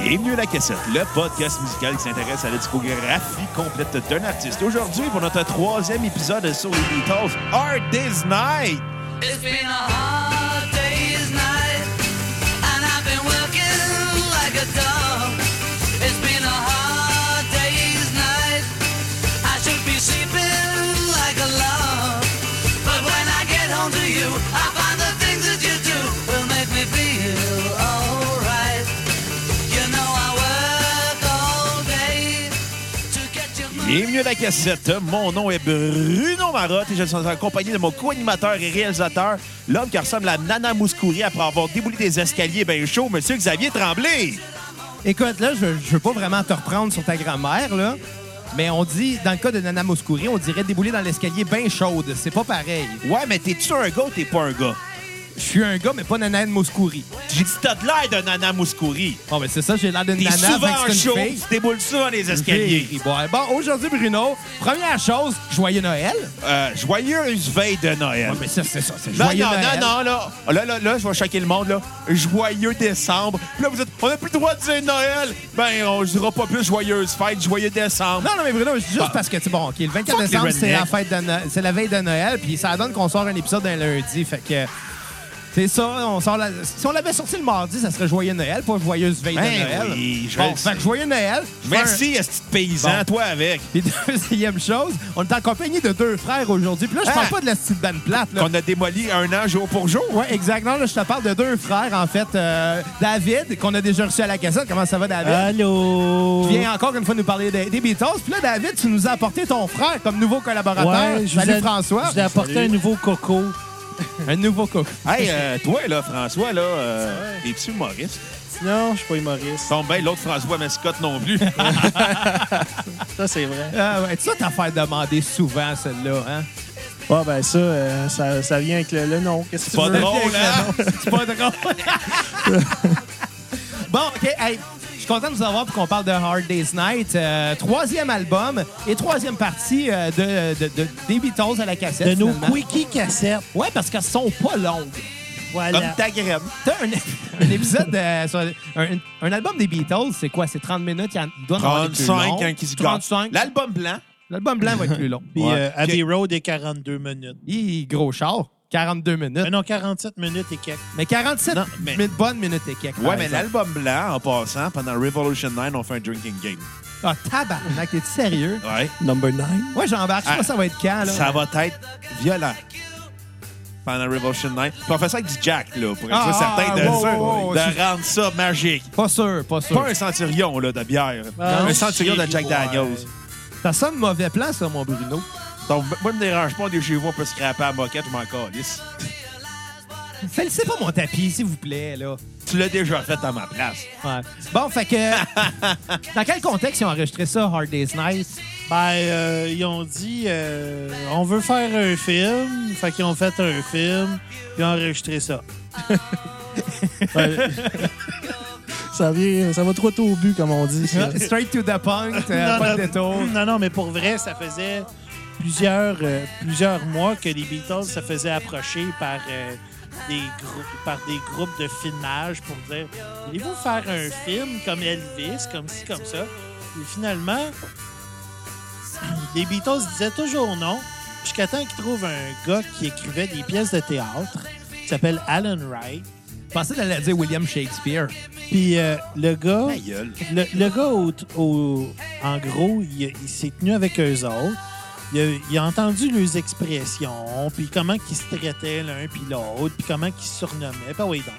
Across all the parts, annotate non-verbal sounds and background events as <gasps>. Bienvenue à La Cassette, le podcast musical qui s'intéresse à la discographie complète d'un artiste. Aujourd'hui, pour notre troisième épisode sur les Beatles, Hard Day's Night. It's been a hard day's night, and I've been working like a dog. It's been a hard day's night. I should be sleeping like a log, but when I get home to you, I find the things that you do will make me feel alright. You know I work all day to get you moving. Bienvenue à La Cassette, mon nom est Bruno Marotte et je suis en compagnie de mon co-animateur et réalisateur, l'homme qui ressemble à Nana Mouskouri après avoir déboulé des escaliers bien chauds, Monsieur Xavier Tremblay. Écoute, là, je, je veux pas vraiment te reprendre sur ta grand-mère, là. Mais on dit, dans le cas de Nana Mouskouri, on dirait débouler dans l'escalier bien chaude. C'est pas pareil. Ouais, mais t'es-tu un gars ou t'es pas un gars? Je suis un gars, mais pas Nana de Mouskouri. J'ai dit t'as de l'air de Nana Mouskouri. Bon, ben c'est ça, j'ai l'air d'une T'es nana. souvent fait que c'est chaud, une tu fille. déboules souvent les escaliers. <laughs> J'ai ri. Bon, bon, aujourd'hui, Bruno, première chose, joyeux Noël. Euh, joyeuse veille de Noël. Ouais, mais ça, c'est ça, c'est Non, joyeux non, Noël. non, non, là. Là, là, là, je vais choquer le monde, là. Joyeux décembre. Puis là, vous dites, on n'a plus le droit de dire Noël. Ben, on ne dira pas plus joyeuse fête, joyeux décembre. Non, non, mais Bruno, c'est juste parce que, tu sais, bon, OK, le 24 Bah. Fuck les décembre, c'est la, rednecks. fête de No- c'est la veille de Noël, puis ça donne qu'on sort un épisode un lundi, fait que... C'est ça, on sort la- si on l'avait sorti le mardi, ça serait Joyeux Noël, pas Joyeuse Veille Ben de Noël. oui, je le bon, sais. fait que Joyeux Noël. je fais un- Merci à ce petit paysan, Bon. toi avec. <laughs> Puis deuxième chose, on est en compagnie de deux frères aujourd'hui. Puis là, je Ah! parle pas de la petite bande plate, là. Qu'on a démoli un an jour pour jour. Ouais, exactement. Là, je te parle de deux frères, en fait. Euh, David, qu'on a déjà reçu à la cassette. Comment ça va, David? Allô? Tu viens encore une fois nous parler des, des Beatles. Puis là, David, tu nous as apporté ton frère comme nouveau collaborateur. Ouais, je Salut, vous ai- François. Je vous ai apporté un nouveau coco. Un nouveau cook. <laughs> Hey, euh, toi, là, François, là, euh, t'es-tu humoriste? Non, je suis pas humoriste. Tombe bien, l'autre François Mascotte non <laughs> plus. Ça, c'est vrai. Ah ouais, tu vas t'en faire demander souvent, celle-là. Hein? Ouais, ben ça, euh, ça, ça vient avec le, le nom. Qu'est-ce que tu Pas veux? drôle, hein? C'est pas drôle. bon, OK. Hey, je suis content de vous avoir pour qu'on parle de Hard Day's Night. Euh, troisième album et troisième partie euh, de, de, de- des Beatles à la cassette. De nos finalement. quickie cassettes. Ouais, parce qu'elles sont pas longues. Comme Voilà. ta graine. T'as un, <laughs> un épisode euh, sur un, un album des Beatles, c'est quoi? C'est 30 minutes? Il y en- il doit en avoir des plus 35 longs. quand hein, qui se gâte. 35. L'album blanc. L'album blanc va être plus long. Puis Ouais. euh, Abbey Ok. Road est 42 minutes. Hi, gros char. 42 minutes. Mais non, 47 minutes et quelques. Mais 47 Non, mais- minutes, bonnes minutes et quelques. Ouais, par mais exemple. l'album blanc, en passant, pendant Revolution 9, on fait un drinking game. Ah, tabarnak, t'es sérieux? Ouais. Number 9. Ouais, j'embarque. Je sais Ah, pas ça va être quand, là. Ça va être violent. Pendant Revolution 9. Puis on fait ça avec du Jack, là, pour être Ah, certain de, ah, wow, wow, de c'est- rendre ça magique. Pas sûr, pas sûr. Pas un centurion là, de bière. Ah, un non, centurion de chier, Jack ouais. Daniels. Ça sonne mauvais plan, ça, mon Bruno. Donc, moi, me dérange pas, on est chez vous, on peut se craper à la moquette, je m'en calisse. Faites pas mon tapis, s'il vous plaît, là. Tu l'as déjà fait à ma place. Ouais. Bon, fait que... <laughs> dans quel contexte ils ont enregistré ça, Hard Day's Night? Ben, euh, ils ont dit, euh, on veut faire un film. Fait qu'ils ont fait un film. Puis ont enregistré <laughs> ça. Ouais. ça, vient, ça va trop tôt au but, comme on dit. <laughs> ça. Euh, Straight to the point, euh, non, pas de non, détour. non, non, mais pour vrai, ça faisait plusieurs, euh, plusieurs mois que les Beatles se faisaient approcher par, euh, des, groupes, par des groupes de filmage pour dire Voulez-vous faire un film comme Elvis, comme ci, comme ça Et finalement, <clears throat> les Beatles disaient toujours non, jusqu'à temps qu'ils trouvent un gars qui écrivait des pièces de théâtre, qui s'appelle Alan Wright. Je pensais d'aller dire William Shakespeare. Puis euh, le gars. Ma gueule. Le, le gars, au- au- en gros, il, il s'est tenu avec eux autres. Il a, il a entendu leurs expressions, puis comment ils se traitaient l'un puis l'autre, puis comment ils se surnommaient. Ben oui, donc.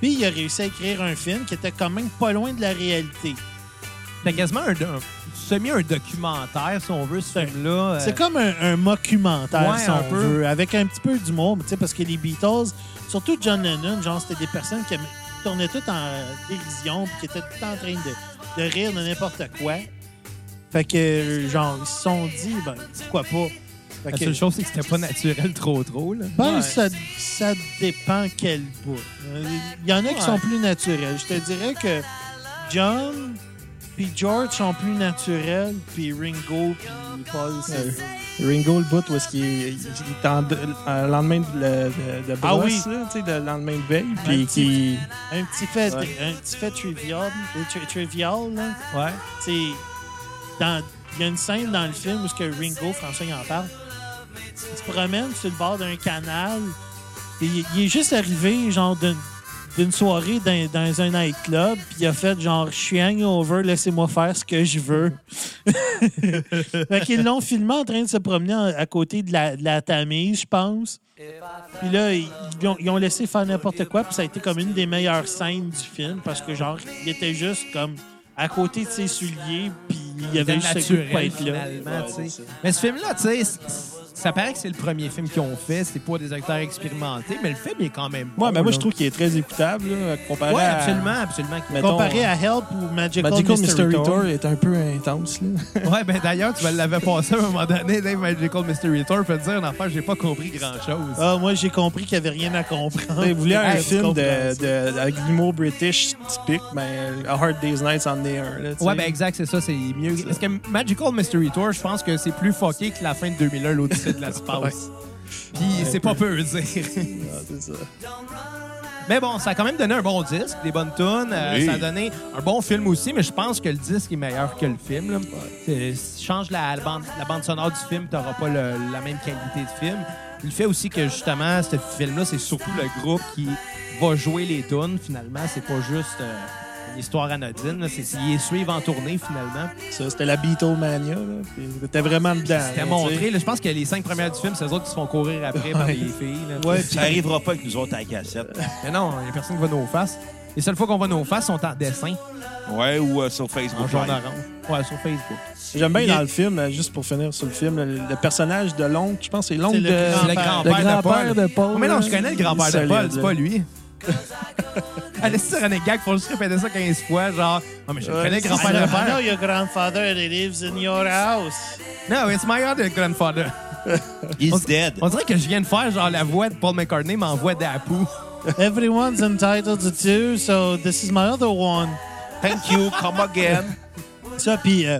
Puis il a réussi à écrire un film qui était quand même pas loin de la réalité. C'était quasiment un, un- semi un documentaire, si on veut, ce film-là. Euh, C'est comme un, un mockumentaire, Ouais, si un on peu. veut, avec un petit peu d'humour, mais tu sais, parce que les Beatles, surtout John Lennon, genre, c'était des personnes qui aimaient- tournaient toutes en euh, dérision, puis qui étaient tout le temps en train de, de rire de n'importe quoi. Fait que, euh, genre, ils se sont dit, ben, pourquoi pas? Fait La que, seule chose, c'est que c'était pas naturel trop trop, là. je pense Ouais. que ça, ça dépend quel bout. Euh, Il y en a qui Ouais. sont plus naturels. Je te dirais que John Puis George sont plus naturels, puis Ringo, puis Paul, c'est. Euh, Ringo, le bout, où est-ce qu'il est, il est en de- euh, lendemain de, de, de Ah brosse, oui. là, tu sais, de lendemain de veille, puis petit- qui... Un petit fait, Ouais. un petit fait trivial, euh, tri- trivial là. Ouais. C'est dans il y a une scène dans le film où ce que Ringo, François, il en parle. Il se promène sur le bord d'un canal. et il, il est juste arrivé, genre, d'une, d'une soirée dans, dans un nightclub. Puis il a fait, genre, je suis hangover, laissez-moi faire ce que je veux. <laughs> fait qu'ils l'ont filmé en train de se promener en- à côté de la, de la Tamise, je pense. Puis là, ils, ils ont, ils ont laissé faire n'importe quoi. Puis ça a été comme une des meilleures scènes du film parce que, genre, il était juste comme à côté de ses souliers. Puis il y avait juste ce goût de pas naturel, être là. finalement, tu sais. Mais ce film-là, tu sais, c- c- ça paraît que c'est le premier film qu'ils ont fait. C'est pas des acteurs expérimentés, mais le film est quand même. Ouais, bon, mais là. moi, je trouve qu'il est très écoutable, là, comparé Ouais, à... absolument, absolument. qu'il- Mais- mettons, Comparé euh, à Help ou Magical, Magical Mystery, Tour. Mystery Tour est un peu intense, là. Ouais, ben d'ailleurs, tu me l'avais passé à un moment donné, Dave Magical Mystery Tour, fait dire, en affaire, j'ai pas compris grand-chose. Ah, moi, j'ai compris qu'il n'y avait rien à comprendre. <laughs> Ah, Vous voulez un Hey, film tu de, comprends. de, avec l'humour british typique, mais A Hard Day's Night, c'en est un, là, tu sais. Ouais, ben exact, c'est ça, c'est mieux. Parce que Magical Mystery Tour, je pense que c'est plus fucké que la fin de 2001, l'Odyssée de l'espace. Puis c'est pas peu dire. <laughs> Ah, c'est ça. Mais bon, ça a quand même donné un bon disque, des bonnes tunes. euh, Oui. Ça a donné un bon film aussi, mais je pense que le disque est meilleur que le film. Là. Euh, Si tu changes la, la bande, la bande sonore du film, tu n'auras pas le- la même qualité de film. Puis Le fait aussi que justement, ce film-là, c'est surtout le groupe qui va jouer les tunes finalement. C'est pas juste euh, une histoire anodine. là. C'est ils les suivent en tournée finalement. Ça, c'était la Beatlemania, là. puis T'étais vraiment dedans. C'était là, tu sais. montré. là, je pense que les cinq premières du film, c'est eux autres qui se font courir après par les filles. là. Ouais, ça arrivera pas avec nous autres à la cassette. Mais non, il n'y a personne qui va nos faces. Les seules fois qu'on voit nos faces sont en dessin. Ouais, ou euh, sur Facebook. En jaune Live. orange. Euh, Ouais, sur Facebook. J'aime bien Il y a- dans le film, là, juste pour finir sur le film, le, le personnage de l'oncle, je pense que c'est l'oncle C'est de... le C'est le grand-père. grand-père Le de Paul. grand-père de Paul, Oh, mais non, là. je connais le grand-père de Solide, Paul, c'est là. pas lui. <laughs> Allez, c'est un gag pour juste répéter ça 15 fois, genre. Non, mais je Ouais, connais le I c'est grand-père de know, I know Paul. your grandfather and he lives in your house. Non, it's my other grandfather. He's dead. On dirait que je viens de faire genre la voix de Paul McCartney, mais en voix d'Apu. Everyone's entitled to two, so this is my other one. Thank you, come again. Ça, puis... euh,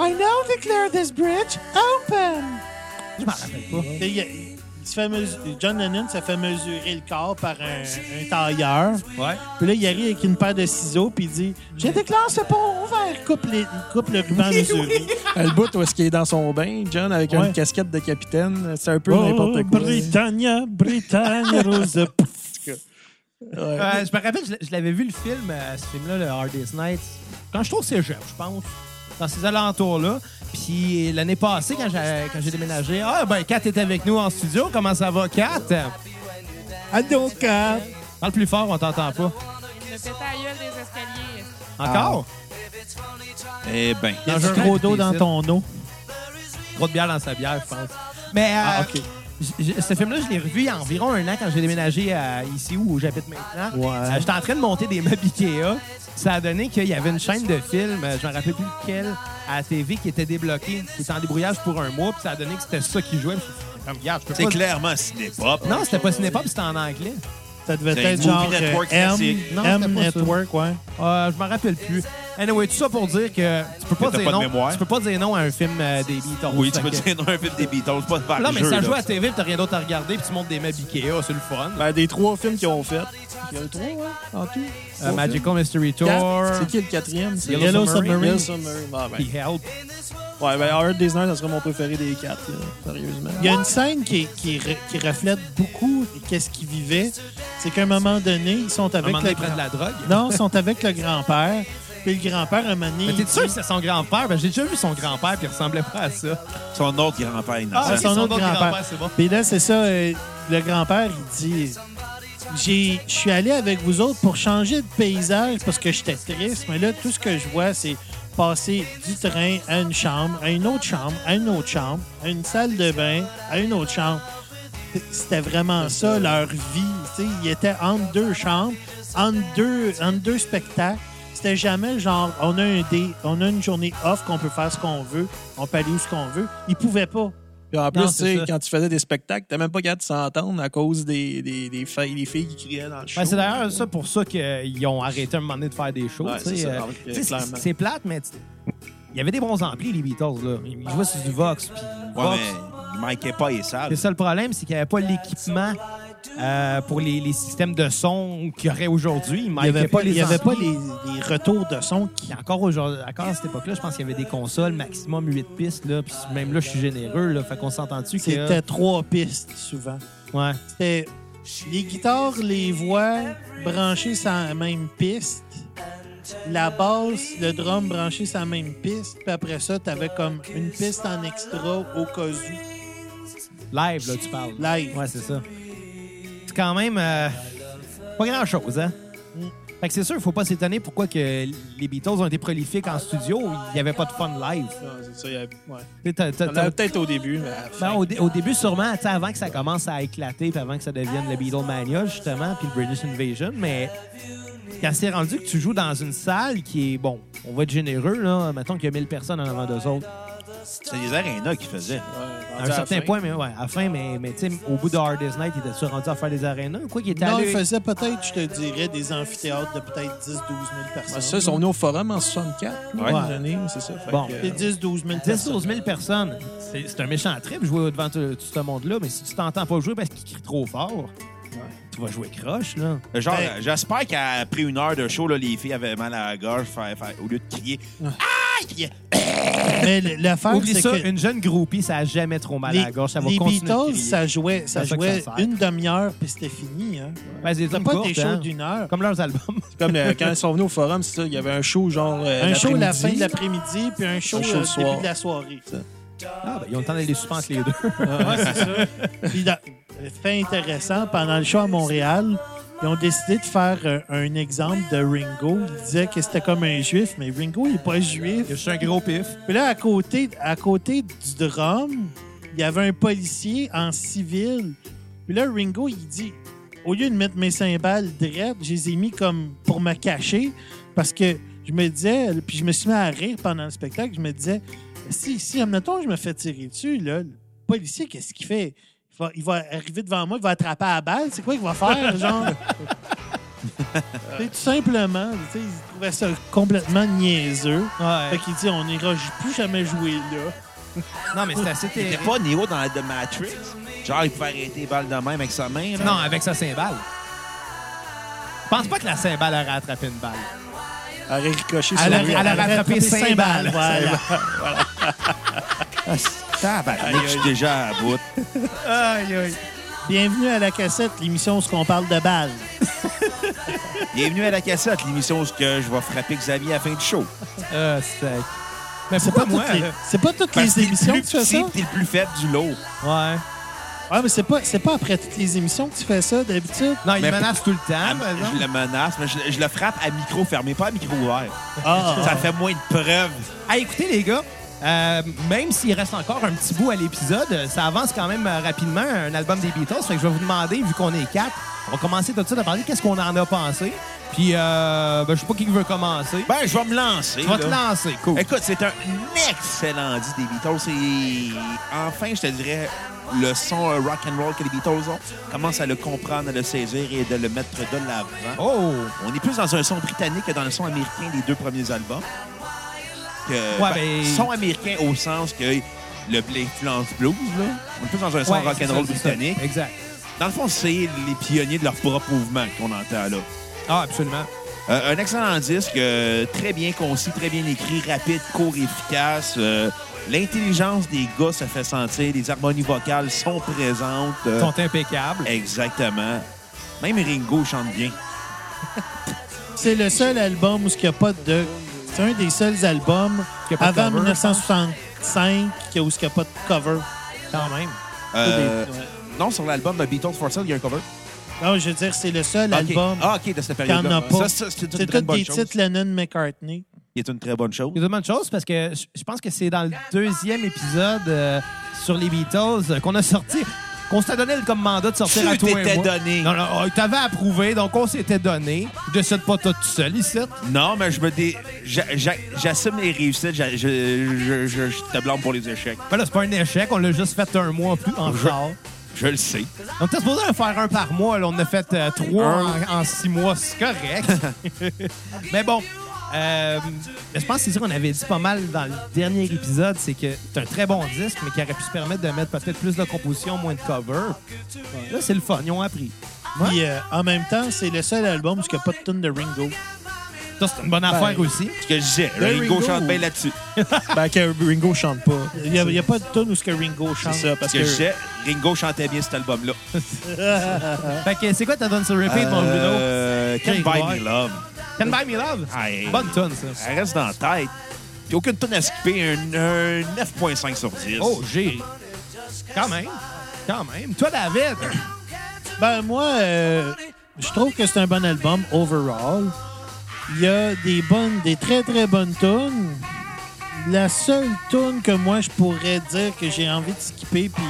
I now declare this bridge open. Je m'en rappelle pas. Et il y a- il se fait mesu- John Lennon se fait mesurer le corps par un, un tailleur. Ouais. Puis là, il arrive avec une paire de ciseaux, puis il dit « Je déclare ce pont ouvert. Coupe, les, coupe le ruban mesuré. Le bout où est-ce qu'il est dans son bain, John, avec Ouais. une casquette de capitaine, c'est un peu Oh, n'importe quoi. Britannia, Britannia, <laughs> Rose. Ouais. Euh, je me rappelle, je l'a- je l'avais vu le film, euh, ce film-là, le Hardest Night, quand je trouve cégep, je pense, dans ces alentours-là. Puis l'année passée, quand j'ai, quand j'ai déménagé, ah ben, Kat est avec nous en studio. Comment ça va, Kat? Allô, Cap. Parle plus fort, on t'entend pas. Je pétais à gueule des escaliers. Encore? eh ben. Ah. Il y a du Dangereux, trop d'eau t'es dans ici. ton eau. Trop de bière dans sa bière, je pense. Mais euh, Ah, OK. j- j- ce film-là, je l'ai revu il y a environ un an quand j'ai déménagé euh, ici où j'habite maintenant. Ouais. Euh, J'étais en train de monter des meubles Ikea. Ça a donné qu'il y avait une chaîne de films, euh, je me rappelle plus lequel, à la TV qui était débloquée, qui était en débrouillage pour un mois, puis ça a donné que c'était ça qui jouait. Puis j'étais Comme, regarde, je peux C'est pas... clairement ciné-pop. Non, c'était pas Cinépop, c'était en anglais. Ça devait C'est être un genre movie euh, network M, classique. Non, M c'était pas ça. Network, ouais. Euh, je m'en rappelle plus. Anyway, tout ça pour dire que tu peux pas, Que t'as dire, pas de non, mémoire. tu peux pas dire non à un film euh, des Beatles. Oui, tu Fait peux que- dire non, un film des Beatles, pas par Non, le mais jeu, ça là. joue à la TV, puis t'as rien d'autre à regarder, puis tu montes des meubles Ikea, c'est le fun. Ben, des trois films qu'ils ont fait. Il y en a trois, ouais, en tout. Euh, Trois Magical Mystery Tour, films. Quatre. C'est qui le quatrième? C'est Yellow Submarine. Yellow Submarine. Ah, ben. puis Help. Ouais, ben, Hard Day's Night, ça serait mon préféré des quatre, là, sérieusement. Il y a une scène qui, qui, re- qui reflète beaucoup qu'est-ce qu'ils vivaient. C'est qu'à un moment donné, ils sont À un avec moment donné, le ils prennent de la drogue. Non, ils sont avec le grand-père. Puis le grand-père, à un moment donné, Mais il t'es dit- sûr que c'est son grand-père? Ben, j'ai déjà vu son grand-père, puis il ressemblait pas à ça. Son autre grand-père innocent. Ah, c'est ok, son son autre autre grand-père. grand-père, c'est bon. Puis là, c'est ça, euh, le grand-père, il dit J'ai- Je suis allé avec vous autres pour changer de paysage parce que j'étais triste, mais là, tout ce que je vois, c'est passer du train à une chambre, à une autre chambre, à une autre chambre, à une salle de bain, à une autre chambre. C'était vraiment ça, leur vie. tu sais. Ils étaient entre deux chambres, entre deux, entre deux spectacles. C'était jamais genre, on a un dé, on a une journée off qu'on peut faire ce qu'on veut, on peut aller où ce qu'on veut. Ils pouvaient pas. Puis en plus, Non, tu c'est sais, ça. quand tu faisais des spectacles, t'as même pas capable de s'entendre à cause des, des, des, filles, des filles qui criaient dans le show. Ben, c'est d'ailleurs ça pour ça qu'ils ont arrêté un moment donné de faire des shows. Ouais, tu sais. c'est ça, Euh, donc, tu sais, clairement. c'est c'est plate, mais tu- il y avait des bons amplis, les Beatles. Là. Ils jouaient sur du Vox. puis Ouais, Vox, mais Mike est pas et sale. C'est ça le problème, c'est qu'il n'y avait pas l'équipement euh, pour les, les systèmes de son qu'il y aurait aujourd'hui. Il Il n'y avait pas, il y avait pas amplis. les, les retours de son qui. Puis encore aujourd'hui, encore à cette époque-là, je pense qu'il y avait des consoles maximum 8 pistes. Là, puis même là, je suis généreux. Là, fait qu'on s'entend-tu que... C'était trois pistes souvent. Ouais. C'était les guitares, les voix branchées sur la même piste, la basse, le drum branché sur la même piste, puis après ça, t'avais comme une piste en extra au cas où. Live, là, tu parles. Live. Ouais, c'est ça. C'est quand même euh, pas grand-chose, hein? Fait que c'est sûr, faut pas s'étonner pourquoi que les Beatles ont été prolifiques en studio. Il n'y avait pas de fun live. Ouais, Ah, c'est ça, il y avait- ouais. Tu sais, t'as- t'as- On avait t'as- peut-être au début, mais à la Ben, fin, au, dé- au début, sûrement, tu sais, avant que ça commence à éclater, puis avant que ça devienne le Beatlemania, justement, puis le British Invasion, mais quand c'est rendu que tu joues dans une salle qui est, bon, on va être généreux, là, mettons qu'il y a 1000 personnes en avant d'eux autres, C'est les arénas qui faisaient. ouais, à rendu un à la certain fin. point, mais ouais, à la fin, mais, mais tu sais, au bout de Hardest Night, il était rendu à faire des arénas, quoi qu'il était Non, allé... il faisait peut-être, je te dirais, des amphithéâtres de peut-être 10-12 000 personnes. Ouais, c'est ça, ils sont venus au forum en 64. Ouais. une année, c'est ça. Fait Bon. que, Des 10-12 000 10 personnes. 12 000 personnes, c'est c'est un méchant trip jouer devant tout, tout ce monde-là, mais si tu t'entends pas jouer parce qu'il crie trop fort, tu vas jouer croche, là. Genre, Ben- euh, j'espère qu'après une heure de show, là, les filles avaient mal à la gorge. fait- fait- au lieu de crier, Mais le- l'affaire, Oublie c'est ça, que... une jeune groupie, ça a jamais trop mal à la gorge. Ça va les continuer de Beatles, crier. ça jouait, ça C'est ça que jouait ça sert. une demi-heure, puis c'était fini. Hein. Ben, c'est des C'était hommes pas courtes, des shows hein. d'une heure. Comme leurs albums. c'est Comme le- quand ils sont venus au forum, c'est ça, il y avait un show genre. euh, Ben, Un show la fin de l'après-midi. l'après-midi, puis un show, Un show euh, le soir. début de la soirée. Ah, ben, ils ont le temps d'aller suspendre les deux. Ouais, c'est ça. Puis, dans- fait intéressant, pendant le show à Montréal, ils ont décidé de faire euh, un exemple de Ringo. Ils disaient que c'était comme un juif, mais Ringo, il n'est pas juif. Je suis un gros pif. Puis là, à côté, à côté du drum, il y avait un policier en civil. Puis là, Ringo, il dit au lieu de mettre mes cymbales drettes, je les ai mis comme pour me cacher parce que je me disais, puis je me suis mis à rire pendant le spectacle, je me disais si, si, admettons, je me fais tirer dessus, là, le policier, qu'est-ce qu'il fait il va, il va arriver devant moi, il va attraper à la balle. C'est quoi qu'il va faire, genre? C'est tout simplement, tu sais, il trouvait ça complètement niaiseux. Fait Ouais. qu'il dit, on n'ira plus jamais jouer là. Non, mais c'est assez t'étais terrible. pas Neo dans The Matrix. Genre, il pouvait arrêter les balles de même avec sa main. là. Non, avec sa cymbale. Je pense pas que la cymbale aurait attrapé une balle. Aurait ricoché Elle sur a, lui. elle a rattrapé cinq balles. Voilà. Tabarnak, je suis déjà à bout. Aïe, aïe. Bienvenue à la cassette, l'émission où on parle de balles. Bienvenue à la cassette, l'émission où ce que je vais frapper Xavier à la fin du show. Ah, c'est... Mais C'est pourquoi pas, moi? toutes les, euh, c'est pas toutes Parce que les émissions t'es que le tu plus fais ça. petit, t'es le plus faible du lot. Ouais. Ouais, mais c'est pas, c'est pas après toutes les émissions que tu fais ça d'habitude. Non, il Mais menace tout le Ah, temps. par exemple. je le menace, mais je, je le frappe à micro fermé, pas à micro ouvert. Ah, Ça fait moins de preuves. Hey, écoutez, les gars, euh, même s'il reste encore un petit bout à l'épisode, euh, ça avance quand même euh, rapidement, un album des Beatles. Fait que je vais vous demander, vu qu'on est quatre, on va commencer tout de suite à parler de qu'est-ce qu'on en a pensé. Puis, euh, ben, je sais pas qui veut commencer. Ben, je vais me lancer. tu vas te là. lancer, cool. Écoute, c'est un excellent dit des Beatles. C'est enfin, je te dirais, le son euh, rock and roll que les Beatles ont. Commence à le comprendre, à le saisir et de le mettre de l'avant. Oh! On est plus dans un son britannique que dans le son américain des deux premiers albums. Que, Ouais, ben- Son américain au sens que le l'influence blues, là. On est plus dans un son Ouais, rock c'est and roll ça, c'est ça. britannique. Exact. Dans le fond, c'est les pionniers de leur propre mouvement qu'on entend là. Ah, absolument. Euh, un excellent disque, euh, très bien concis, très bien écrit, rapide, court, efficace. Euh, L'intelligence des gars se fait sentir, les harmonies vocales sont présentes. Ils euh, sont impeccables. Exactement. Même Ringo chante bien. c'est le seul album où il n'y a pas de. C'est un des seuls albums Qu'il y a pas de avant cover, 1965 que- où il n'y a pas de cover. Quand même. Euh, Des- ouais. Non, sur l'album de Beatles for Sale, il y a un cover. Non, je veux dire, c'est le seul Ok. album Ah, OK, de cette qu'il n'y en période-là. a Ça, pas. ça, c'est une c'est très tous bonne des chose. titres Lennon-McCartney. Il est une très bonne chose. Il y a une chose parce que je je pense que c'est dans le deuxième épisode euh, sur les Beatles euh, qu'on a sorti. qu'on s'était donné comme mandat de sortir Tu à toi et t'étais moi. donné. Non, non, on t'avait approuvé, donc on s'était donné. Je décide pas toi tout seul ici. Non, mais je me dé... j'a- j'a- J'assume les réussites. j'a- Je, je- je- je te blâme pour les échecs. Ben là, c'est pas un échec, on l'a juste fait un mois plus en retard. Je le sais. On était supposé en faire un par mois. Là. On en a fait euh, trois en, en six mois. C'est <laughs> correct. mais bon, euh, je pense que c'est ça qu'on avait dit pas mal dans le dernier épisode. C'est que c'est un très bon disque, mais qui aurait pu se permettre de mettre peut-être plus de composition, moins de cover. Là, c'est le fun. Ils ont appris. Ouais. Puis, euh, en même temps, c'est le seul album où il n'y a pas de tune de Ringo. Ça, c'est une bonne Ben, affaire aussi. Ce que je disais, Le Ringo, Ringo. chante bien là-dessus. Ben, que Ringo chante pas. Il n'y a, il y a pas de tune où ce que Ringo chante. C'est ça, parce Ce que je disais, Ringo chantait bien cet album-là. Fait que c'est quoi ta donne sur repeat, mon Bruno? hein? Euh, Can't Ringo. Buy Me Love. Can Buy Me Love? Aïe. Bonne tonne, ça. Elle reste dans la tête. Puis aucune tonne à skipper. Un, un 9,5 sur 10. Oh, j'ai. Quand même. Quand même. Toi, David. Ben, moi, euh, je trouve que c'est un bon album overall. Il y a des bonnes, des très, très bonnes tunes. La seule tune que moi, je pourrais dire que j'ai envie de skipper, puis.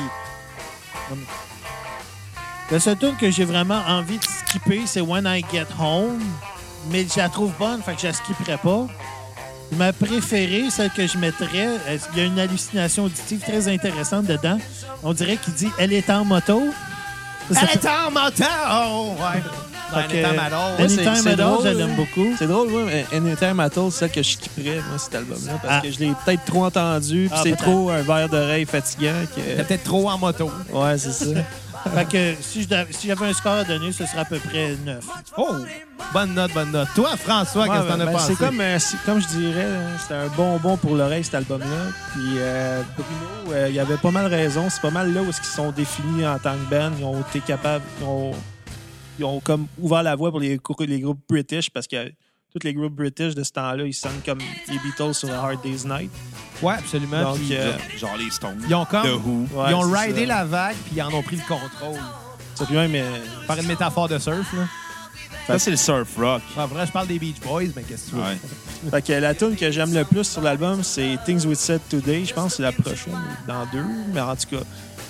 La seule tune que j'ai vraiment envie de skipper, c'est When I Get Home. Mais je la trouve bonne, fait que je la skipperai pas. Ma préférée, celle que je mettrais, euh, il y a une hallucination auditive très intéressante dedans. On dirait qu'il dit Elle est en moto. Ça Elle fait- est en menton! Ouais. Ben, Fait Elle est en que- malade. Moi, c'est- Anytime c'est at all, drôle, je l'aime hein. <laughs> beaucoup. C'est drôle, moi, mais Anytime at All, c'est celle que je kipperais, moi, cet album-là, parce Ah. que je l'ai peut-être trop entendu, puis Ah, c'est peut-être. trop un verre d'oreille fatigant T'es que... peut-être trop en moto. Ouais, c'est ça. Fait que si je dav- si j'avais un score à donner, ce serait à peu près 9. Oh! Bonne note, bonne note. Toi, François, qu'est-ce que Ouais, t'en as ben, pensé? C'est comme, euh, c'est- comme je dirais, hein, c'était un bonbon pour l'oreille, cet album-là. Puis euh, Bruno, euh, il y avait pas mal raison. C'est pas mal là où est-ce qu'ils sont définis en tant que band. Ils ont été capables, ils ont, ils ont comme ouvert la voie pour les, grou- les groupes british parce que euh, tous les groupes british de ce temps-là, ils sonnent comme les Beatles sur A Hard Day's Night. Ouais, absolument. Donc, Ah, Puis, euh, Genre- Genre les Stones. Ils ont comme- The Who. ouais, ils ont c'est ridé ça. la vague, puis ils en ont pris le contrôle. Ça, puis même, euh, Par une métaphore de surf, là. Ça, c'est le surf rock. En vrai, je parle des Beach Boys, mais qu'est-ce que tu veux? Ouais. Fait que la tune que j'aime le plus sur l'album, c'est Things We Said Today. Je pense que c'est la prochaine, ou dans deux, mais en tout cas,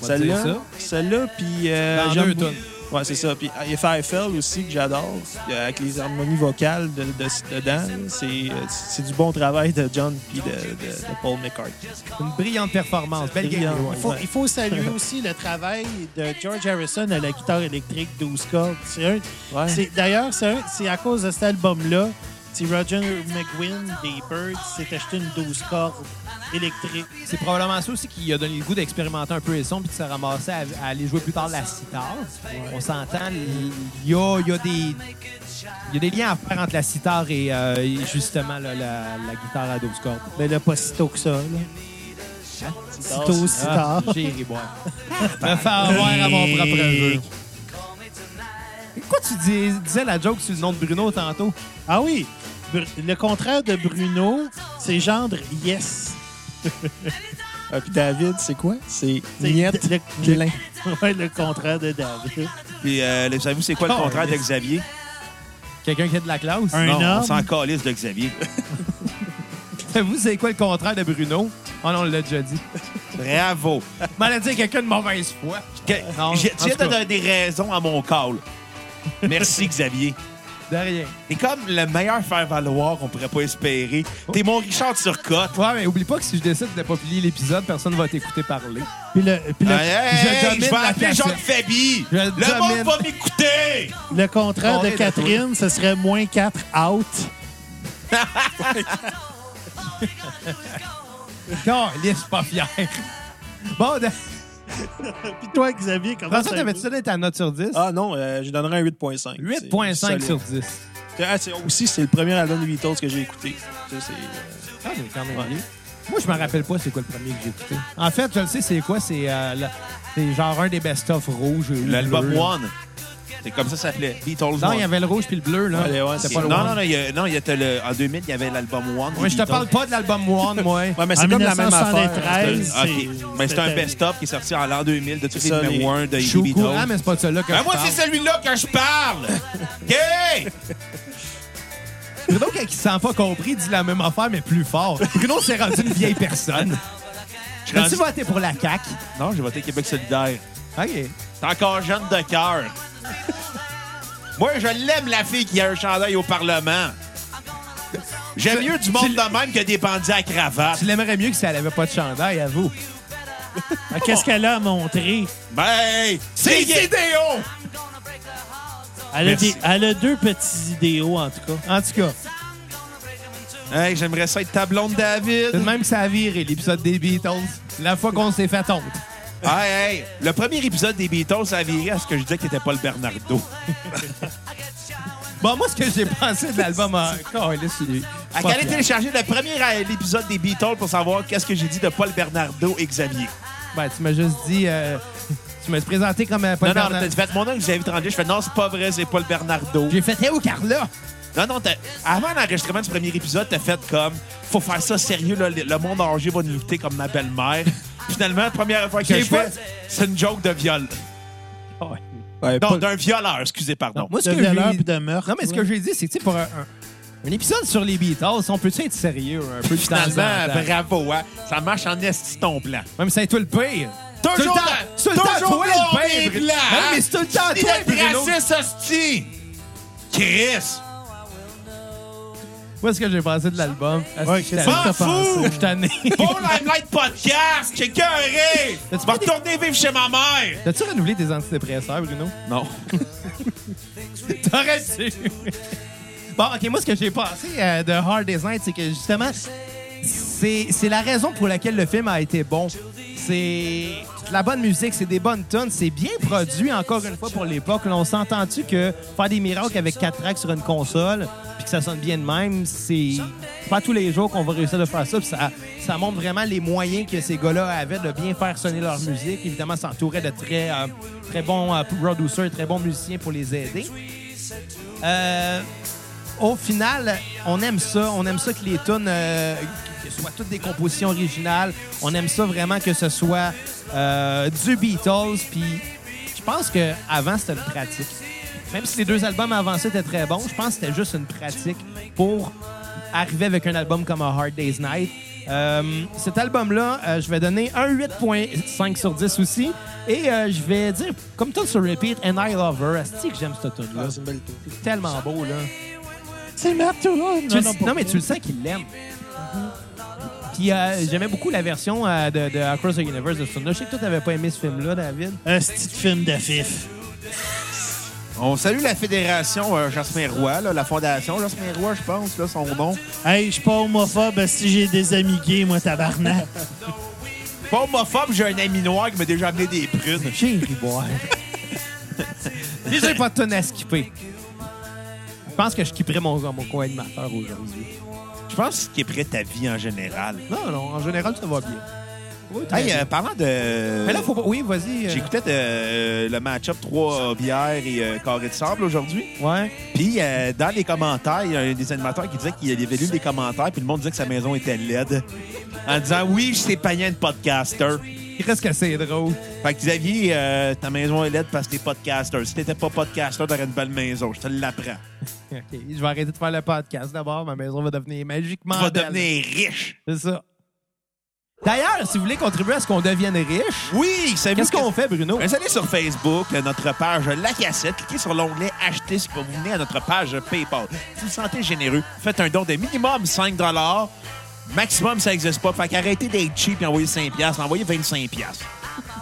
On va dire celle-là, ça. celle-là, puis euh, Dans j'aime deux beaucoup- tunes. Ouais, c'est ça. Puis euh, FFL aussi que j'adore, euh, avec les harmonies vocales de, de- dedans, c'est euh, c'est du bon travail de John puis de, de- de Paul McCartney. Une brillante performance. Belle Brillant. game. Ouais, Il faut, ouais. il faut <laughs> saluer aussi le travail de George Harrison à la guitare électrique 12 cordes. C'est un- Ouais. c'est- D'ailleurs, c'est un- c'est à cause de cet album-là si Roger McGuinn des Birds s'est acheté une 12 cordes électrique. C'est probablement ça aussi qui a donné le goût d'expérimenter un peu les sons puis de se ramasser à, à aller jouer plus tard la sitar. On s'entend, il y a, il y a des. Il y a des liens à faire entre la sitar et, euh, et justement là, la, la guitare à 12 cordes. Mais là, pas si tôt que ça. Là. Si tôt, si Ah, Hein? tard. J'ai ri boire. <laughs> Me faire avoir à mon propre jeu. Quoi tu dis- disais la joke sur le nom de Bruno tantôt? Ah oui! Br- Le contraire de Bruno, c'est gendre yes. Ah, puis David, c'est quoi? C'est C'est Niette le- Guélin. <laughs> Ouais, le contraire de David. Puis, euh, le- savez-vous, c'est quoi le Oh, contraire de yes. Xavier? Quelqu'un qui a de la classe? Un non, on homme. s'en calisse de Xavier. Vous, c'est quoi le contraire de Bruno? Oh non, on l'a déjà dit. <laughs> Bravo. Mais elle a dit quelqu'un de mauvaise foi. Que- Non, j'ai- en tu viens de tout cas. donner des raisons à mon call. Merci, Xavier. De rien. T'es comme le meilleur faire-valoir qu'on pourrait pas espérer. Oh. T'es mon Richard Turcotte. Ouais, mais oublie pas que si je décide de pas publier l'épisode, personne va t'écouter parler. Puis le, puis le- Hey, hey, je hey, domine je vais la appeler cassette. Jacques Fabi. Je Le monde domine. va m'écouter. Le contraire On de est Catherine, ce serait moins 4 out. Non, lisse pas fier. Bon, de... Puis toi, Xavier, comment François, ça t'avais-tu donné ta note sur 10? Ah non, euh, je donnerais un 8.5. C'est 8.5 solide. sur 10. Ah, c'est- aussi, c'est le premier album des Beatles que j'ai écouté. Ça, c'est, euh, Ah, mais quand même Ouais. bien. Moi, je me rappelle pas c'est quoi le premier que j'ai écouté. En fait, je le sais, c'est quoi? C'est euh, la- c'est genre un des best-of rouges. ou L'album bleu. One. C'est comme ça que ça s'appelait. Beatles Non, One. il y avait le rouge puis le bleu, là. Allez, ouais, C'était c'est- pas le non, One. non, non, il y a- non, il y a le- en 2000, il y avait l'album One. Ouais, je te parle pas de l'album One, moi. Ouais, mais En c'est comme la même affaire. 1973, Ah, OK. Mais c'est un c'était- best-of qui est sorti en l'an 2000 de tous les ça, numéros les- 1 de Je les suis au Beatles. courant, Ah, mais c'est pas de celui-là que Ben je moi, parle. c'est celui-là que je <laughs> parle. OK? Bruno, quand il se sent pas compris, dit la même affaire, mais plus fort. Bruno s'est rendu une vieille personne. Je suis As-tu rendu- voté pour la CAQ? Non, j'ai voté Québec solidaire. OK. T'es encore jeune de cœur. Moi, je l'aime, la fille qui a un chandail au Parlement. J'aime mieux du monde de même que des bandits à cravate. Tu l'aimerais mieux que si elle avait pas de chandail, avoue. Ah, Qu'est-ce qu'elle a à montrer? Ben, c'est idéaux! Elle a, Merci. des- elle a deux petits idéaux, en tout cas. En tout cas, Hey, j'aimerais ça être ta blonde, David. c'est de même que ça a viré l'épisode des Beatles. La fois qu'on s'est fait honte. Hey, hey, le premier épisode des Beatles ça a viré à ce que je disais qu'il était pas le Bernardo. Bon, moi, ce que j'ai pensé de <laughs> l'album... euh, câlisse, c'est- À qu'elle télécharger le premier euh, épisode des Beatles pour savoir qu'est-ce que j'ai dit de Paul Bernardo et Xavier. Ben, tu m'as juste dit... euh, tu m'as présenté comme... euh, Paul non, non, Bernard- t'as fait mon nom, Xavier Tremblay. Je fais non, c'est pas vrai, c'est Paul Bernardo. J'ai fait « Hello, Carla! Non, non, t'as- avant l'enregistrement du premier épisode, t'as fait comme faut faire ça sérieux, là, le le monde âgé va nous lutter comme ma <laughs> belle-mère. Finalement, la première fois que J'ai je pas- fais, c'est une joke de viol. Ouais, Non, pas- d'un violeur, excusez, pardon. Moi, ce De que j'ai- violeur puis de meurtre. Non, mais ce que j'ai dit, c'est que, tu sais, pour un, un- un épisode sur les Beatles, on peut-tu être sérieux un peu de temps en Finalement, temps? bravo, hein? Ça marche en esti ton plan. Même si c'est toi le pire. Toujours Tout le temps- la- tout le temps, toujours toi, là, on le est pire. blanc, Non, hein? mais c'est tout le temps, toi, Bruno. hostie! <laughs> Chris! Moi, ce que j'ai pensé de l'album, Ouais, c'est que qu'est-ce j'étais- que t'as M'en fous! pensé? je suis tanné. Bon Limelight Podcast! J'ai cœuré! T'as-tu Va pas des- retourner vivre chez ma mère! <laughs> T'as-tu renouvelé tes antidépresseurs, Bruno? Non. <laughs> T'aurais su. bon, OK, moi, ce que j'ai pensé euh, de Hard Design, c'est que justement, c'est c'est la raison pour laquelle le film a été bon. C'est de la bonne musique, c'est des bonnes tonnes, c'est bien produit, encore une fois, pour l'époque. Là, On s'entend-tu que faire des miracles avec quatre tracks sur une console puis que ça sonne bien de même, c'est pas tous les jours qu'on va réussir de faire ça. Puis ça, ça montre vraiment les moyens que ces gars-là avaient de bien faire sonner leur musique. Évidemment, s'entourer de très, euh, très bons euh, producers, très bons musiciens pour les aider. Euh, au final, on aime ça. On aime ça que les tunes, euh, que ce soit toutes des compositions originales. On aime ça vraiment que ce soit euh, du Beatles. Puis je pense que avant c'était une pratique. Même si les deux albums avant ça étaient très bons, je pense que c'était juste une pratique pour arriver avec un album comme A Hard Day's Night. Euh, cet album-là, euh, je vais donner un 8.5 sur 10 aussi. Et euh, je vais dire, comme tout sur Repeat, And I Love Her. Est-ce que j'aime cette tune-là? Ah, c'est une belle tour. C'est tellement beau, là. C'est Matt Toulon. Tu le- non, mais tu le sens qu'il l'aime. Puis euh, j'aimais beaucoup la version euh, de, de Across the Universe de ce film-là. Je sais que toi, t'avais pas aimé ce film-là, David. Un petit film de fif. On salue la fédération euh, Jasmin Roy, là, la fondation Jasmin Roy, je pense, là, son nom. Hey, je suis pas homophobe si j'ai des amis gays, moi, tabarnak. Pas homophobe, j'ai un ami noir qui m'a déjà amené des prunes. J'ai ri <laughs> boire. J'ai pas de tonne à skipper. Je pense que je skipperais mon, mon co-animateur aujourd'hui. Je pense que ce qui est prêt ta vie en général. Non, non, en général, ça va bien. Oui, très Hey, bien. euh, parlant de. Ah, Mais là, faut pas... Oui, vas-y. euh, J'écoutais de, euh, le match-up 3 bières et euh, carré de sable aujourd'hui. Ouais. Puis euh, dans les commentaires, il y a un des animateurs qui disait qu'il avait lu les commentaires, puis le monde disait que sa maison était laide. En disant Oui, je sais pas rien de podcaster. Il reste que c'est drôle. Fait que Xavier, euh, ta maison est laide parce que t'es podcaster. Si t'étais pas podcaster, t'aurais une belle maison. Je te l'apprends. OK, je vais arrêter de faire le podcast d'abord. Ma maison va devenir magiquement Tu vas belle. devenir riche. C'est ça. D'ailleurs, si vous voulez contribuer à ce qu'on devienne riche, Oui, c'est qu'est-ce qu'on fait, Bruno? Vous allez sur Facebook, euh, notre page La Cassette, cliquez sur l'onglet Acheter ce qui va vous mener à notre page PayPal. Si vous vous sentez généreux, faites un don de minimum 5 Maximum, ça n'existe pas. Fait qu'arrêtez d'être cheap et envoyez 5 envoyez 25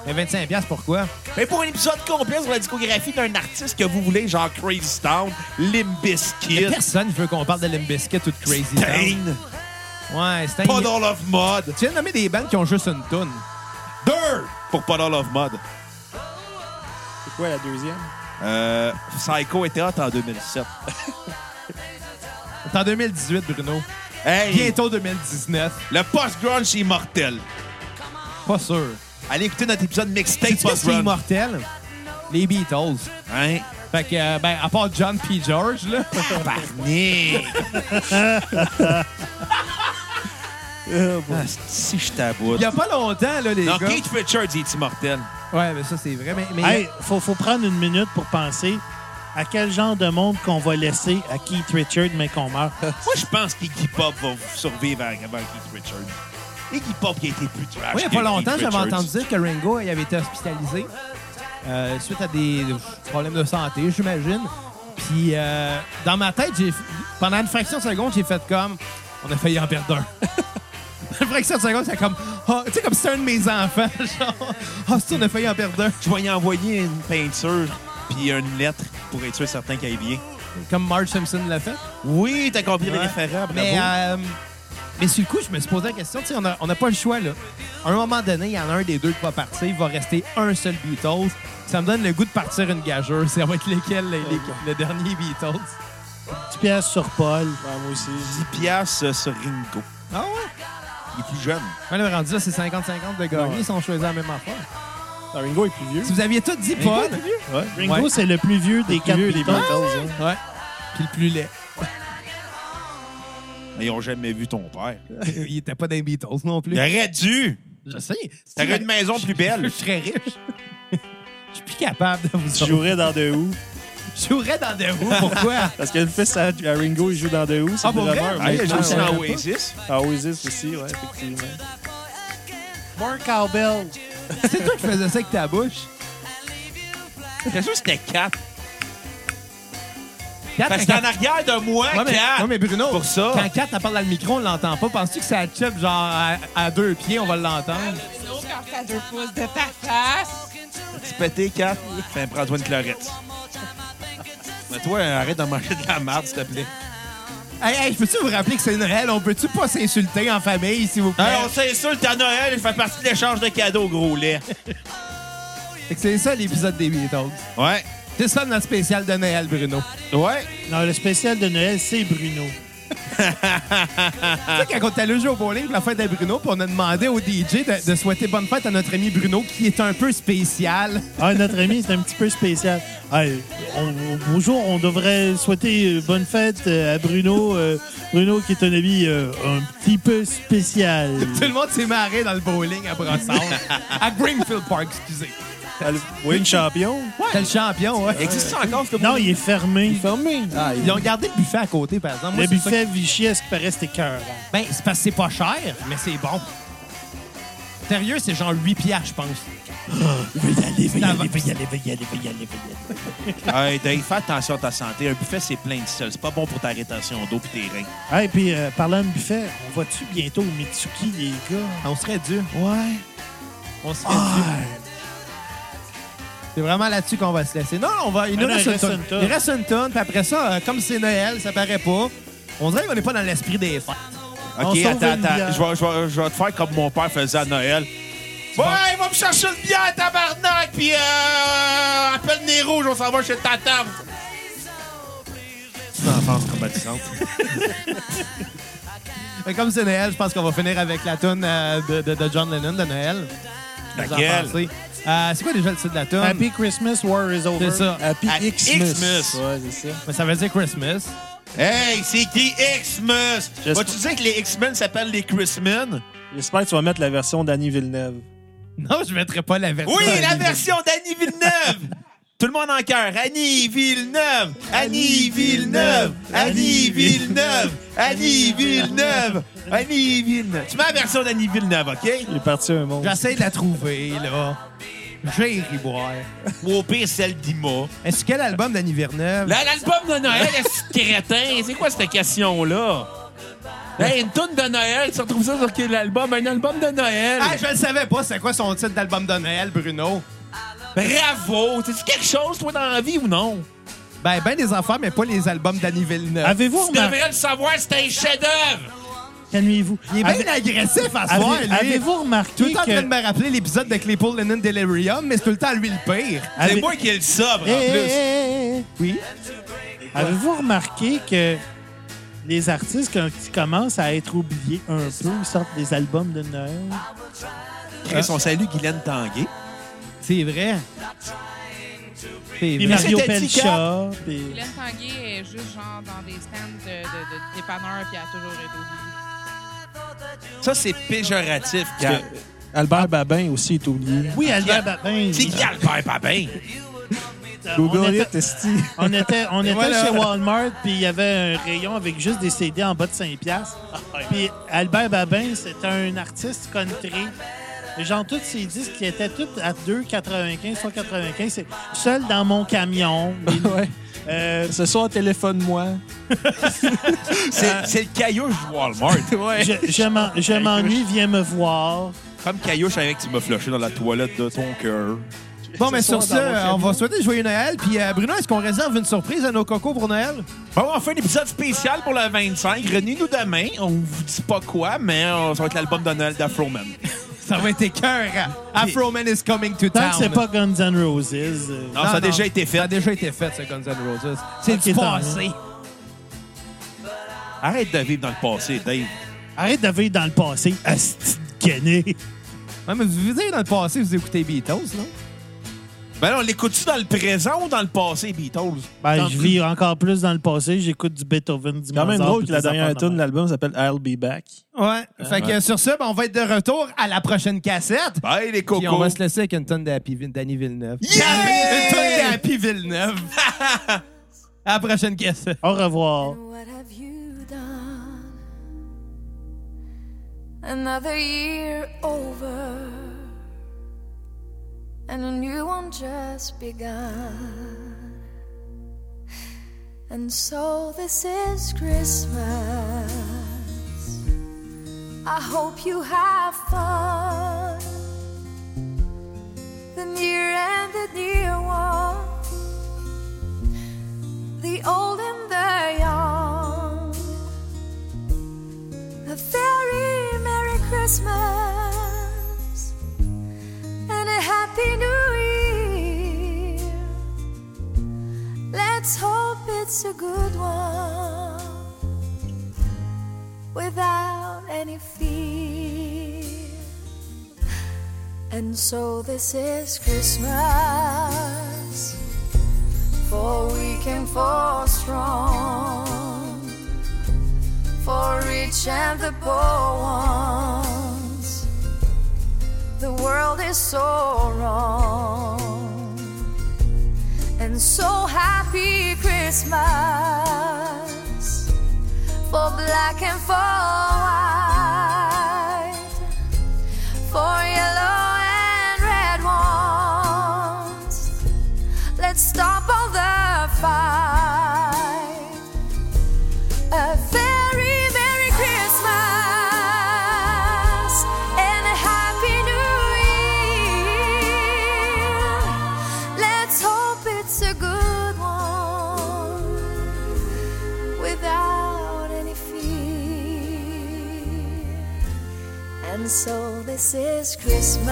Mais 25 pièces pourquoi? Mais pour un épisode complet sur la discographie d'un artiste que vous voulez, genre Crazy Town, Y Limbiskit, a Personne veut qu'on parle de Limbiskit ou de Crazy Town. Dane, Ouais, c'est un... Puddle of Mud, Tu viens de nommer des bandes qui ont juste une toune. 2 pour Puddle of Mud. C'est quoi la deuxième? Euh, Psycho était hot en 2007. C'est en 2018, Bruno. Hey, Bientôt 2019. le post-grunge, c'est immortel. Pas sûr. Allez écouter notre épisode mixtape C'est ce qui est post-grunge. immortel? Les Beatles. Hein? Fait que, euh, ben, à part John P. George, là. <laughs> Barnier! Ah, si je Il y t'aboute. a pas longtemps, là, les Non, gars. Keith Richards, il est immortel. Ouais, mais ça, c'est vrai. Mais, mais Hey, faut, faut prendre une minute pour penser à quel genre de monde qu'on va laisser à Keith Richard, mais qu'on meurt. Moi, je pense qu'Iggy Pop va survivre avant avant Keith Richards. Iggy Pop qui a été plus trash. Oui, il n'y a que pas longtemps, Keith j'avais Richards. entendu dire que Ringo il avait été hospitalisé. euh, suite à des problèmes de santé, j'imagine. Puis euh, dans ma tête, j'ai pendant une fraction de seconde, j'ai fait comme on a failli en perdre un. <laughs> une fraction de seconde, c'est comme Ah, tu sais comme si c'était un de mes enfants, <laughs> genre ah si on a failli en perdre un, Tu vas y envoyer une peinture puis une lettre pour être sûr certain qu'elle est bien. comme Marge Simpson l'a fait. Oui, t'as compris le Ouais. référent, bravo. Mais, euh, mais sur le coup, je me suis posé la question, tu sais, on n'a on a pas le choix, là. À un moment donné, il y en a un des deux qui va partir, il va rester un seul Beatles. Ça me donne le goût de partir une gageure. Ça va être lequel, les- les- le dernier Beatles? Petit pièce sur Paul. Ouais, Bah, moi aussi. 10 piastres euh, sur Ringo. Ah ouais? Il est plus jeune. On est rendu là, c'est 50-50 de gagner Ouais. si on choisit la même affaire. ah, Ringo est plus vieux. Si vous aviez tous 10 potes, Ouais. Ringo, Ouais. c'est le plus vieux des Plus quatre vieux des Beatles. Beatles. hein. Ah ouais. puis le plus laid. Mais ils n'ont jamais vu ton père. il était pas dans les Beatles non plus. Il aurait dû! Je sais. T'aurais une maison plus <laughs> Je belle. serais riche. Je suis plus capable de vous Tu jouerais dans The Who. Je jouerais dans des roues, pourquoi? Parce que le fils à à Ringo, il joue dans The Who. C'est Ah, pour le vrai? drummer, Ah, il a mais- joué aussi Ouais. dans Oasis. Ah, Oasis aussi, ouais, effectivement. Mark Cowbell. C'est toi qui faisais ça avec ta bouche. C'est sûr que c'était 4. Kat, Parce que quand- t'es en arrière de moi, Ouais, mais, Kat. ouais, mais Bruno, Pour ça. quand Kat elle parle dans le micro, on l'entend pas. Penses-tu que ça chip genre à, à deux pieds, on va l'entendre? Bruno, quand t'as deux pouces de ta face. Tu pété, Kat. Enfin, prends-toi une clarette. Mais toi, arrête de manger de la merde, s'il te plaît. Hey, hey, peux-tu vous rappeler que c'est Noël? On peut-tu pas s'insulter en famille, s'il vous plaît? Alors, c'est sûr, t'as Noël, il fait partie de l'échange de cadeaux, gros lait. Fait que c'est ça l'épisode des Beatles. Ouais. C'est ça notre spécial de Noël, Bruno. Ouais. Non, le spécial de Noël, c'est Bruno. Tu sais, quand on était allé jouer au bowling pour la fête de Bruno, puis on a demandé au DJ de, de souhaiter bonne fête à notre ami Bruno, qui est un peu <laughs> spécial. Ah, notre ami, c'est un petit peu spécial. Ah, euh, on- bonjour, on devrait souhaiter euh, bonne fête euh, à Bruno. euh, Bruno qui est un ami euh, un petit peu spécial. Tout le monde s'est marré dans le bowling à Brossard. à Greenfield Park, excusez. Ah, le- Oui, une champion. T'es le champion, ouais. Existe ça encore, ce Non, il est fermé. Fermé. Ah, il Ils ont gardé le buffet à côté, par exemple. Moi, Le c'est ça que- buffet Vichy, à ce qui paraît, c'était cœur. hein. Ben, c'est parce que c'est pas cher, mais c'est bon. Sérieux, c'est genre 8 pierres, je <gasps> pense. Veuillez aller, veuillez aller, veuillez aller, veuillez aller, veuillez aller. Hey, Dave, fais attention à ta santé. Un buffet, c'est plein de sel. C'est pas bon pour ta rétention d'eau et tes reins. Ah, et puis, euh, parlant de buffet, on va-tu bientôt au Mitsuki, les gars? On serait dû. Ouais. On serait dû. C'est vraiment là-dessus qu'on va se laisser. Non, on va. Il Ah nous non, reste il une reste tonne. une tonne. Il reste une tonne, puis après ça, euh, comme c'est Noël, ça paraît pas. On dirait qu'on n'est pas dans l'esprit des fêtes. On OK, sauve attends, une attends. bière. Je vais, je, vais, je vais te faire comme mon père faisait à Noël. Ouais, va me chercher une bière, tabarnak, puis euh, appelle Nez Rouge, on s'en va chez ta tante. C'est une enfance traumatisante. Mais comme c'est Noël, je pense qu'on va finir avec la tune de, de- de John Lennon de Noël. Qu'est-ce que vous en Laquelle? pensez? Euh, c'est quoi déjà le titre de la tune? Happy Christmas, War is over. C'est ça. Happy À Xmas. Xmas. Ouais, c'est ça. Mais ça veut dire Christmas. Hey, c'est qui Xmas? J'espère- Vas-tu dire que les X-Men s'appellent les Chrismen? J'espère que tu vas mettre la version d'Annie Villeneuve. Non, je mettrai pas la version. Oui, <laughs> la version d'Annie Villeneuve! <laughs> Tout le monde en cœur. Annie Villeneuve! Annie Villeneuve! Annie Villeneuve! Annie Villeneuve! Annie Villeneuve! Tu mets la version d'Annie Villeneuve, OK? Il est parti un monde. J'essaie de la trouver, là. J'ai ri boire. Ou au pire, celle d'Ima. Est-ce que l'album d'Annie Villeneuve... Là, L'album de Noël, est crétin? C'est quoi cette question-là? Hey, une toune de Noël, tu retrouves ça sur quel album? Un album de Noël! Ah, je le savais pas, c'est quoi son titre d'album de Noël, Bruno? Bravo! C'est quelque chose, toi, dans la vie ou non? Ben, ben des affaires, mais pas les albums d'Annie Villeneuve. Avez-vous Tu remarqué... devrais le savoir, c'est un chef-d'œuvre! Calmez-vous. Il est Avez- bien agressif à ce avez- soir, lui. Avez-vous tout le remarqué temps en train de que... me rappeler l'épisode de Claypool Lennon Delirium, mais c'est tout le temps lui le pire. C'est avez- moi qui ai le sobre, en Hey, plus. hey, hey, hey, hey. Oui. eh, Avez-vous remarqué que les artistes, quand ils commencent à être oubliés un peu, ils sortent des albums de Noël? Chris, on salue Guylaine Tanguay. C'est vrai. C'est Puis vrai. Mario c'était Pelcha, puis... Hélène Tanguay est juste genre dans des stands de, de, de dépanneurs, puis elle a toujours été oubliée. Ça, c'est péjoratif. Kat. Albert Babin aussi est oublié. Oui, Albert Babin. C'est qui <laughs> Albert Babin? On Google était, it, esti. on était, on était voilà. chez Walmart, puis il y avait un rayon avec juste des CD Ah, en bas de 5 piastres. Puis Albert Babin, c'est un artiste country Genre, tous ces disques qui étaient tous à 2,95, 3,95. c'est Seul dans mon camion. <laughs> les- ouais. euh, Ce soir, téléphone-moi. C'est c'est le caillouche du Walmart. <laughs> je je m'en- je m'ennuie, viens me voir. Comme caillouche avec tu m'as flushé dans la toilette de ton cœur. Bon, mais Ce sur soir, dans mon ça, on camion. va souhaiter joyeux Noël. Puis, euh, Bruno, est-ce qu'on réserve une surprise à nos cocos pour Noël? Bon, on fait un épisode spécial pour le 25. Renez-nous demain. On vous dit pas quoi, mais euh, ça va être l'album de Noël d'Afroman. Ça va être écœurant. Afro Man is coming to Tant town. que c'est pas Guns N' Roses. euh, Non, Ah, ça a non. déjà été Ça a fait. déjà été fait, ce Guns N' Roses. C'est Ok, du tant passé. Arrête de vivre dans le passé, Dave. Arrête de vivre dans le passé, asti de guenée. Ouais, mais vous dire dans le passé, vous écoutez Beatles, non? Ben là, on l'écoute-tu dans le présent ou dans le passé, Beatles? Ben, Tant je pis. vis encore plus dans le passé. J'écoute du Beethoven, du C'est quand même Mozart, drôle puis que la des dernière affaires de tune de même. l'album s'appelle I'll Be Back. Ouais. fait que sur ça, ben, on va être de retour à la prochaine cassette. Bye, les Puis on cocos. va se laisser avec une tonne d'Happy Vil- d'Annie Villeneuve. Yeah! Une tonne d'Happy <laughs> Villeneuve. à la prochaine cassette. Au revoir. What have you done? Another year over, and a new one just begun. And so this is Christmas. I hope you have fun. The near and the dear one the old and the young. A very Merry Christmas and a Happy New Year. Let's hope it's a good one without any fear. And so this is Christmas for weak and for strong, for rich and the poor ones. The world is so wrong, and so happy Christmas for black and for white, for yellow and red ones. Let's stop all the fight. A very Merry Christmas and a Happy New Year. Let's hope it's a good one without any fear. And so this is Christmas.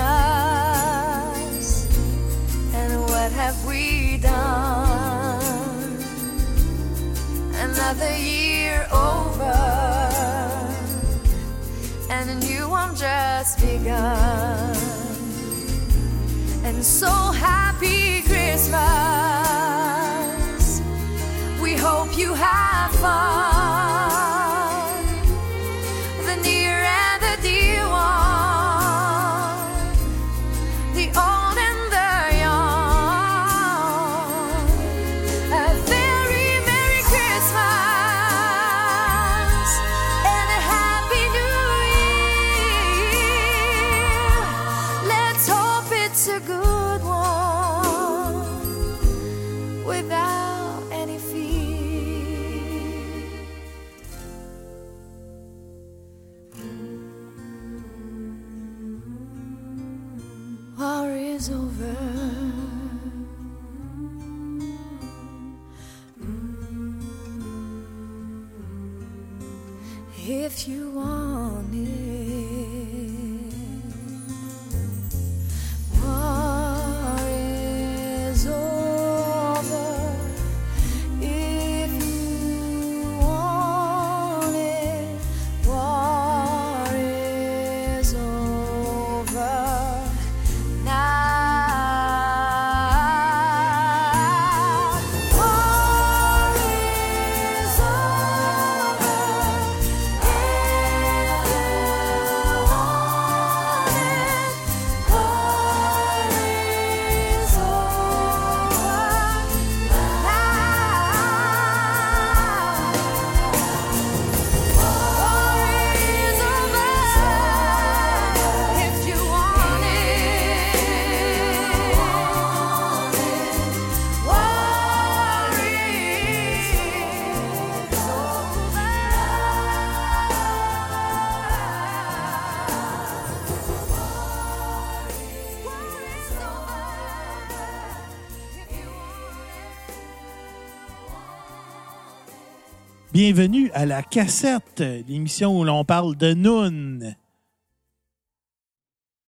And what have we done? Another year over, and a new one just begun. And so happy Christmas! We hope you have fun. The near and the dear one the old and the young. A very Merry Christmas and a Happy New Year. Let's hope it's a good one without any fear. war is over. Mm. If you want it, war is over. If you want it, war is over now. War is over. If you euh, Bienvenue à La Cassette, l'émission où l'on parle de Noon.